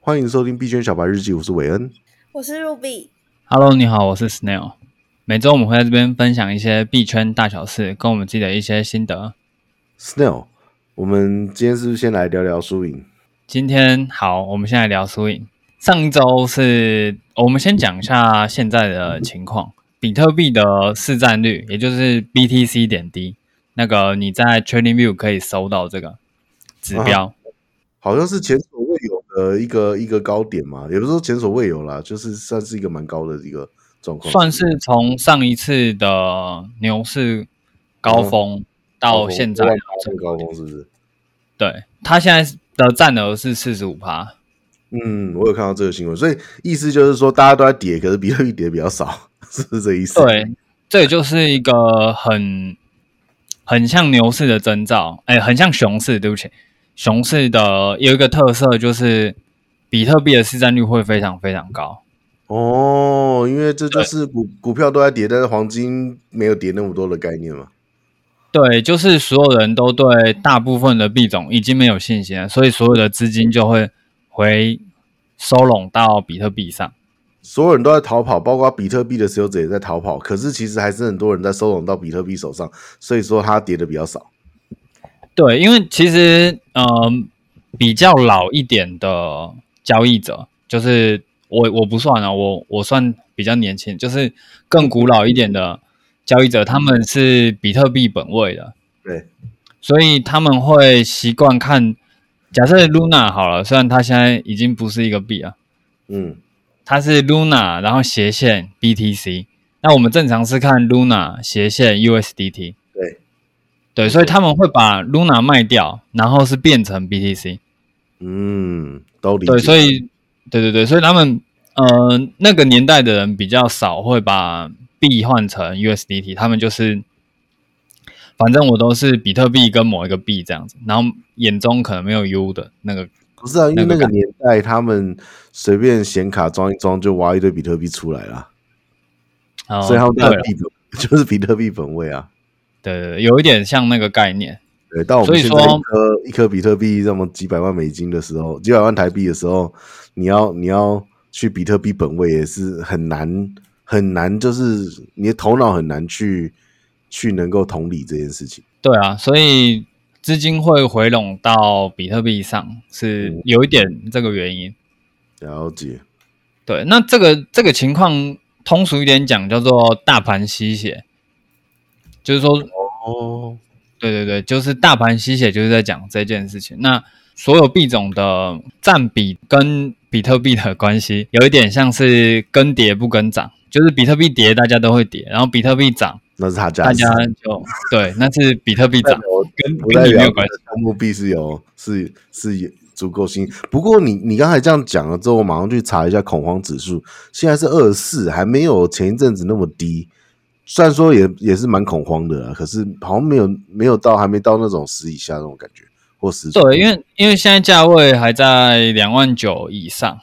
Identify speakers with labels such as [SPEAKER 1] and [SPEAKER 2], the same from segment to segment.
[SPEAKER 1] 欢迎收听币圈小白日记，我是韦恩。
[SPEAKER 2] 我是 Ruby，
[SPEAKER 3] Hello，你好，我是 Snail。每周我们会在这边分享一些币圈大小事，跟我们自己的一些心得。
[SPEAKER 1] Snail，我们今天是不是先来聊聊输赢？
[SPEAKER 3] 今天好，我们现在聊输赢。上周是，呃我们先讲一下现在的情况。比特币的市占率，也就是 BTC 点 D，那个你在 TradingView 可以搜到这个指标。
[SPEAKER 1] 好像是前所未有的一个一个高点嘛，也不是说前所未有啦，就是算是一个蛮高的一个状况，
[SPEAKER 3] 算是从上一次的牛市高峰到现在
[SPEAKER 1] 高峰
[SPEAKER 3] 的
[SPEAKER 1] 万
[SPEAKER 3] 这个
[SPEAKER 1] 八
[SPEAKER 3] 高
[SPEAKER 1] 万
[SPEAKER 3] 点
[SPEAKER 1] 哦高，峰是不是？
[SPEAKER 3] 对它现在的占额是四十五趴。
[SPEAKER 1] 嗯，我有看到这个新闻，所以意思就是说大家都在跌，可是比特币跌比较少， 是不是这意思？
[SPEAKER 3] 对，这也就是一个很很像牛市的征兆，哎，很像熊市，对不起，熊市的有一个特色就是比特币的市占率会非常非常高。
[SPEAKER 1] 哦，因为这就是股股票都在跌，但是黄金没有跌那么多的概念嘛。
[SPEAKER 3] 对，就是所有人都对大部分的币种已经没有信心了，所以所有的资金就会回收拢到比特币上。
[SPEAKER 1] 所有人都在逃跑，包括比特币的持有者也在逃跑。可是其实还是很多人在收拢到比特币手上，所以说它跌的比较少。
[SPEAKER 3] 对，因为其实嗯、呃比较老一点的交易者，就是我我不算啊，我我算比较年轻，就是更古老一点的交易者，他们是比特币本位的，
[SPEAKER 1] 对，
[SPEAKER 3] 所以他们会习惯看。假设 Luna 好了，虽然它现在已经不是一个币了，
[SPEAKER 1] 嗯，
[SPEAKER 3] 它是 Luna，然后斜线 BTC。那我们正常是看 Luna 斜线 USDT，
[SPEAKER 1] 对，
[SPEAKER 3] 对，所以他们会把 Luna 卖掉，然后是变成 BTC。
[SPEAKER 1] 嗯，都理解。
[SPEAKER 3] 对，所以对对对，所以他们呃那个年代的人比较少会把币换成 USDT，他们就是反正我都是比特币跟某一个币这样子，然后眼中可能没有 U 的那个，
[SPEAKER 1] 不是啊，因为那
[SPEAKER 3] 那个
[SPEAKER 1] 个年代他们随便显卡装一装就挖一堆比特币出来啦，
[SPEAKER 3] 哦
[SPEAKER 1] 所以他们
[SPEAKER 3] 对
[SPEAKER 1] 的
[SPEAKER 3] 了
[SPEAKER 1] 币本 就是比特币本位啊。
[SPEAKER 3] 对对对，有一点像那个概念，
[SPEAKER 1] 对，到我
[SPEAKER 3] 所
[SPEAKER 1] 们
[SPEAKER 3] 以
[SPEAKER 1] 现在一
[SPEAKER 3] 说
[SPEAKER 1] 颗一颗比特币这么几百万美金的时候，几百万台币的时候，你要你要去比特币本位也是很难很难，就是你的头脑很难去去能够同理这件事情。
[SPEAKER 3] 对啊，所以资金会回笼到比特币上，
[SPEAKER 1] 嗯
[SPEAKER 3] 是有一点这个原因。
[SPEAKER 1] 了解，
[SPEAKER 3] 对，那这个这个情况通俗一点讲叫做大盘吸血，就是说
[SPEAKER 1] 哦，
[SPEAKER 3] 对对对，就是大盘吸血，就是在讲这件事情。那所有币种的占比跟比特币的关系，有一点像是跟跌不跟涨，就是比特币跌大家都会跌，然后比特币涨
[SPEAKER 1] 那是他家
[SPEAKER 3] 大
[SPEAKER 1] 的事，
[SPEAKER 3] 家就对，那是比特币 涨，跟
[SPEAKER 1] 不代
[SPEAKER 3] 跟你没
[SPEAKER 1] 表
[SPEAKER 3] 有关系。
[SPEAKER 1] 项目币是有是是有足够新。不过你你刚才这样讲了之后，我马上去查一下恐慌指数，现在是二四，还没有前一阵子那么低。虽然说也也是蛮恐慌的啦，可是好像没有没有到还没到那种十以下那种感觉，或十左右
[SPEAKER 3] 对，因为因为现在价位还在两万九以上，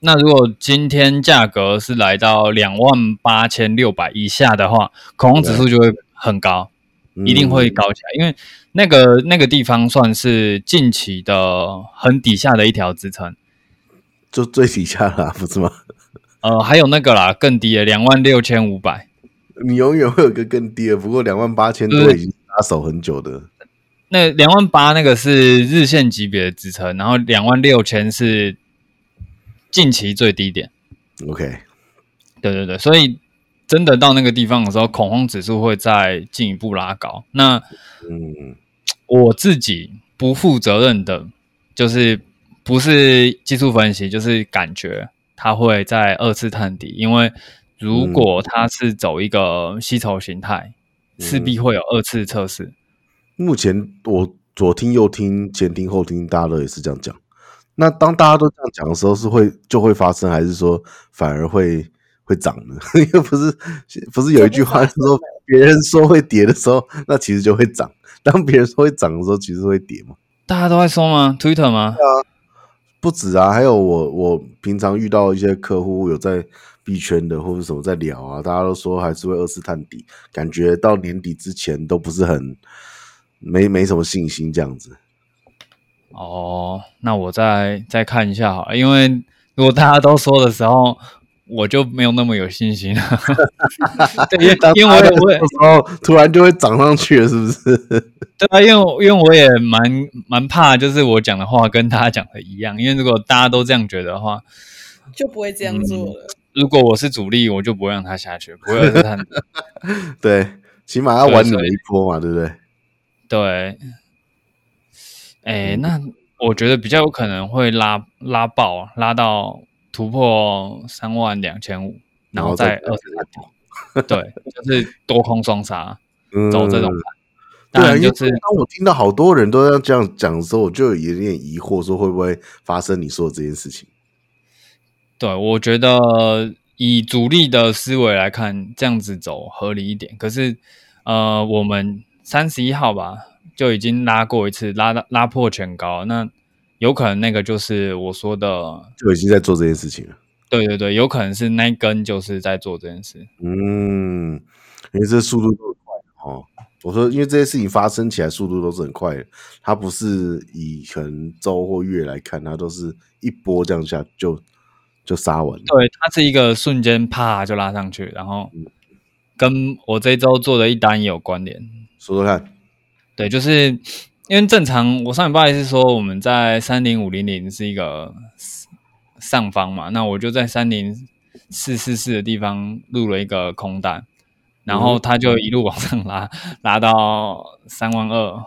[SPEAKER 3] 那如果今天价格是来到两万八千六百以下的话，恐慌指数就会很高。一定会
[SPEAKER 1] 嗯
[SPEAKER 3] 高起来，因为那个那个地方算是近期的很底下的一条支撑。
[SPEAKER 1] 就最底下啦，不是吗？
[SPEAKER 3] 呃，还有那个啦，更低的两万六千五百，
[SPEAKER 1] 你永远会有个更低的，不过两万八千多
[SPEAKER 3] 对
[SPEAKER 1] 已经拉手很久的，
[SPEAKER 3] 那两万八那个是日线级别的支撑，然后两万六千是近期最低点。
[SPEAKER 1] OK，
[SPEAKER 3] 对对对，所以真的到那个地方的时候，恐慌指数会再进一步拉高。那
[SPEAKER 1] 嗯，
[SPEAKER 3] 我自己不负责任的，就是不是技术分析，就是感觉它会在二次探底，因为如果它是走一个吸筹形态，
[SPEAKER 1] 嗯
[SPEAKER 3] 势必会有二次测试。
[SPEAKER 1] 目前我左听右听前听后听，大家都也是这样讲。那当大家都这样讲的时候，是会就会发生，还是说反而会会涨呢？ 因为不是不是有一句话是说，别人说会跌的时候，那其实就会涨；当别人说会涨的时候，其实会跌嘛。
[SPEAKER 3] 大家都在说吗？Twitter 吗？
[SPEAKER 1] 不止啊，还有我我平常遇到一些客户有在币圈的或者什么在聊啊，大家都说还是会二次探底，感觉到年底之前都不是很没没什么信心这样子。
[SPEAKER 3] 哦，那我再再看一下好了，因为如果大家都说的时候，我就没有那么有信 心了。对，因为因为我也我也
[SPEAKER 1] 到时候突然就会涨上去了，是不是？
[SPEAKER 3] 对啊，因为我因为我也蛮蛮怕，就是我讲的话跟大家讲的一样，因为如果大家都这样觉得的话，
[SPEAKER 2] 就不会这样做了。
[SPEAKER 3] 如果我是主力，我就不会让他下去，不会让他
[SPEAKER 1] 对，起码
[SPEAKER 3] 啊
[SPEAKER 1] 要玩你们一波嘛，对不对？
[SPEAKER 3] 对，哎，那我觉得比较有可能会拉拉爆，拉到突破三万两千五，然后再
[SPEAKER 1] 再
[SPEAKER 3] 二十 三条，对，就是多空双杀，
[SPEAKER 1] 嗯
[SPEAKER 3] 走这种盘。当
[SPEAKER 1] 对啊，
[SPEAKER 3] 然
[SPEAKER 1] 因为
[SPEAKER 3] 就是
[SPEAKER 1] 当我听到好多人都要这样讲的时候，我就有点疑惑，说会不会发生你说的这件事情？
[SPEAKER 3] 对，我觉得以主力的思维来看，这样子走合理一点。可是，呃，我们三十一号吧就已经拉过一次，拉到拉破全高，那有可能那个就是我说的，
[SPEAKER 1] 就已经在做这件事情了。
[SPEAKER 3] 对对对，有可能是那一根就是在做这件事。
[SPEAKER 1] 嗯，因为这速度都很快哦。我说，因为这些事情发生起来速度都是很快的，它不是以可能周或月来看，它都是一波这样下就就杀完了。
[SPEAKER 3] 对，它是一个瞬间啪就拉上去，然后
[SPEAKER 1] 嗯
[SPEAKER 3] 跟我这一周做的一单也有关联。
[SPEAKER 1] 说说看，
[SPEAKER 3] 对，就是因为正常，我上礼拜是说我们在三零五零零是一个上方嘛，那我就在三零四四四的地方录了一个空单，然后它就一路往上拉，拉到三万二，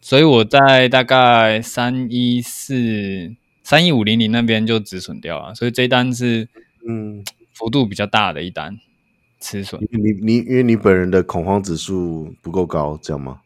[SPEAKER 3] 所以我在大概三一四三一五零零那边就止损掉了，所以这一单是
[SPEAKER 1] 嗯，
[SPEAKER 3] 幅度比较大的一单止损。
[SPEAKER 1] 因为你你因为你本人的恐慌指数不够高，这样吗？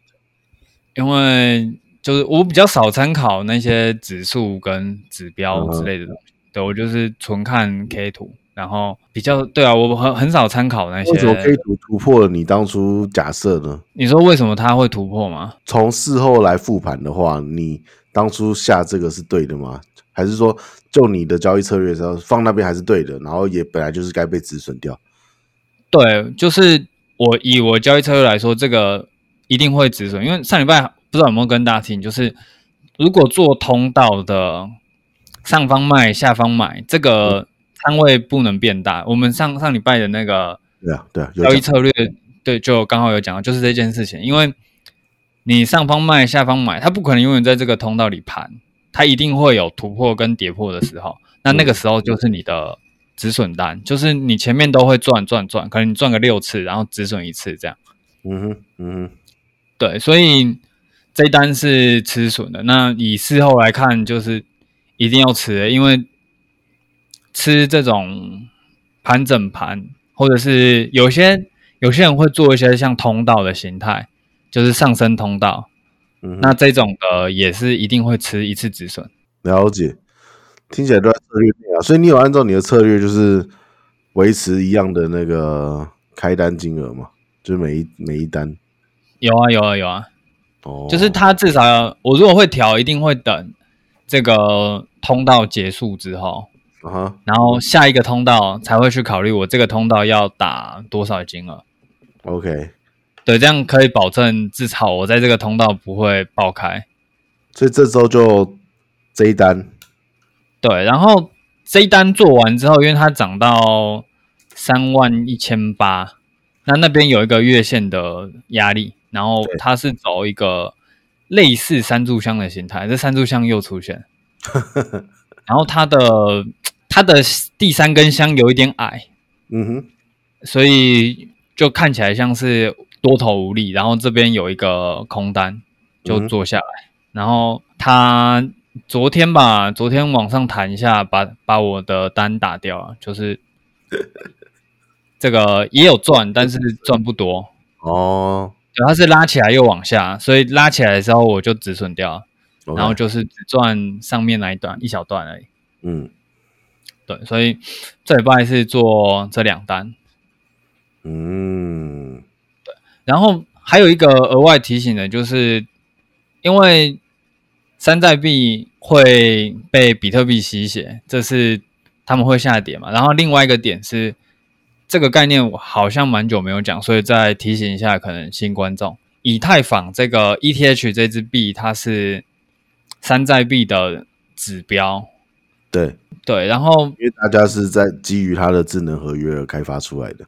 [SPEAKER 3] 因为就是我比较少参考那些指数跟指
[SPEAKER 1] 嗯
[SPEAKER 3] 标之类的东西，对我就是纯看 K 图，然后比较对啊，我很很少参考那
[SPEAKER 1] 为什么可以
[SPEAKER 3] 些。
[SPEAKER 1] 突突破了你当初假设呢？
[SPEAKER 3] 你说为什么它会突破吗？
[SPEAKER 1] 从事后来复盘的话，你当初下这个是对的吗？还是说，就你的交易策略的时候放那边还是对的，然后也本来就是该被止损掉？
[SPEAKER 3] 对，就是我以我交易策略来说，这个一定会止损，因为上礼拜不知道有没有跟大家提醒，就是如果做通道的上方卖、下方买，这
[SPEAKER 1] 嗯
[SPEAKER 3] 个仓位不能变大。我们上上礼拜的那个
[SPEAKER 1] 对啊，对啊，有
[SPEAKER 3] 交易
[SPEAKER 1] 讲
[SPEAKER 3] 策略，对，就刚好有讲到，就是这件事情，因为你上方卖，下方买，它不可能永远在这个通道里盘，它一定会有突破跟跌破的时候，那那个
[SPEAKER 1] 嗯
[SPEAKER 3] 时候就是你的止损单，就是你前面都会赚赚赚，可能你赚个六次，然后止损一次这样，
[SPEAKER 1] 嗯哼，嗯
[SPEAKER 3] 对，所以这一单是吃损的。那以事后来看，就是一定要吃的，因为吃这种盘整盘，或者是有些有些人会做一些像通道的形态，就是上升通道。
[SPEAKER 1] 哼，嗯哼，
[SPEAKER 3] 那这种的也是一定会吃一次止损。
[SPEAKER 1] 了解，听起来都在策略内啊。所以你有按照你的策略，就是维持一样的那个开单金额嘛，就是每一每一单
[SPEAKER 3] 有啊有啊有啊，
[SPEAKER 1] 哦，
[SPEAKER 3] 就是它至少要我如果会调，一定会等这个通道结束之后，
[SPEAKER 1] 啊哈，
[SPEAKER 3] 然后下一个通道才会去考虑我这个通道要打多少金额。
[SPEAKER 1] OK，
[SPEAKER 3] 对，这样可以保证至少我在这个通道不会爆开。
[SPEAKER 1] 所以这周就这一单，
[SPEAKER 3] 对，然后这一单做完之后，因为它涨到三万一千八，那那边有一个月线的压力，然后
[SPEAKER 1] 对
[SPEAKER 3] 它是走一个类似三炷香的形态，这三炷香又出现，然后它的它的第三根香有一点矮，
[SPEAKER 1] 嗯哼，
[SPEAKER 3] 所以就看起来像是多头无力，然后这边有一个空单就做下来，然后他昨天吧，昨天往上弹一下，把把我的单打掉了，就是这个也有赚，但是赚不多，
[SPEAKER 1] 哦
[SPEAKER 3] 对，它是拉起来又往下，所以拉起来的时候我就止损掉了，
[SPEAKER 1] ，OK，
[SPEAKER 3] 然后就是只赚上面那一段一小段而已，
[SPEAKER 1] 嗯
[SPEAKER 3] 对，所以这礼拜是做这两单，
[SPEAKER 1] 嗯。
[SPEAKER 3] 然后还有一个额外提醒的，就是因为山寨币会被比特币吸血，这是他们会下跌嘛。然后另外一个点是，这个概念我好像蛮久没有讲，所以再提醒一 E 下可能新观众，以太坊这个 ETH 这支币它是山寨币的指标。
[SPEAKER 1] 对，
[SPEAKER 3] 对，然后
[SPEAKER 1] 因为大家是在基于它的智能合约而开发出来的。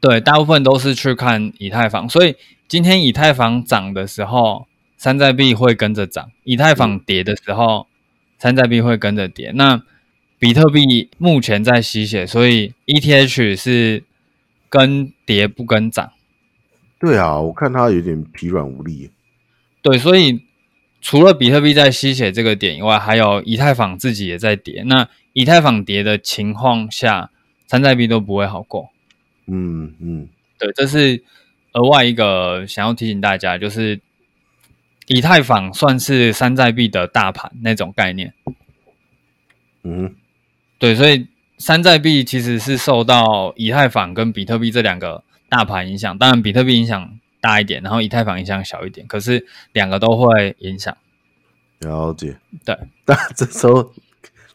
[SPEAKER 3] 对，大部分都是去看以太坊，所以今天以太坊涨的时候，山寨币会跟着涨；以太坊跌的时候，山寨币会跟着跌。那比特币目前在吸血，所以 ETH 是跟跌不跟涨。
[SPEAKER 1] 对啊，我看它有点疲软无力。
[SPEAKER 3] 对，所以除了比特币在吸血这个点以外，还有以太坊自己也在跌。那以太坊跌的情况下，山寨币都不会好过。
[SPEAKER 1] 嗯嗯，
[SPEAKER 3] 对，这是额外一个想要提醒大家，就是以太坊算是山寨币的大盘那种概念。
[SPEAKER 1] 嗯，
[SPEAKER 3] 对，所以山寨币其实是受到以太坊跟比特币这两个大盘影响，当然比特币影响大一点，然后以太坊影响小一点，可是两个都会影响。
[SPEAKER 1] 了解。
[SPEAKER 3] 对，
[SPEAKER 1] 但这时候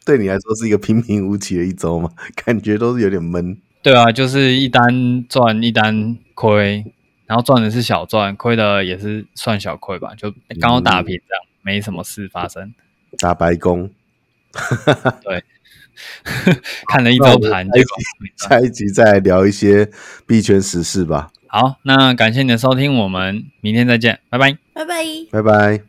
[SPEAKER 1] 对你来说是一个平平无奇的一周嘛， 感觉都是有点闷。
[SPEAKER 3] 对啊，就是一单赚一单亏，然后赚的是小赚，亏的也是算小亏吧，就刚好打平这样，没什么事发生。
[SPEAKER 1] 打白工，
[SPEAKER 3] 看了一
[SPEAKER 1] 那
[SPEAKER 3] 周
[SPEAKER 1] 我们
[SPEAKER 3] 盘，
[SPEAKER 1] 下一
[SPEAKER 3] 结果没赚
[SPEAKER 1] 下一集再来聊一些币圈时事吧。
[SPEAKER 3] 好，那感谢你的收听，我们明天再见，拜拜。
[SPEAKER 2] 拜拜。
[SPEAKER 1] 拜拜。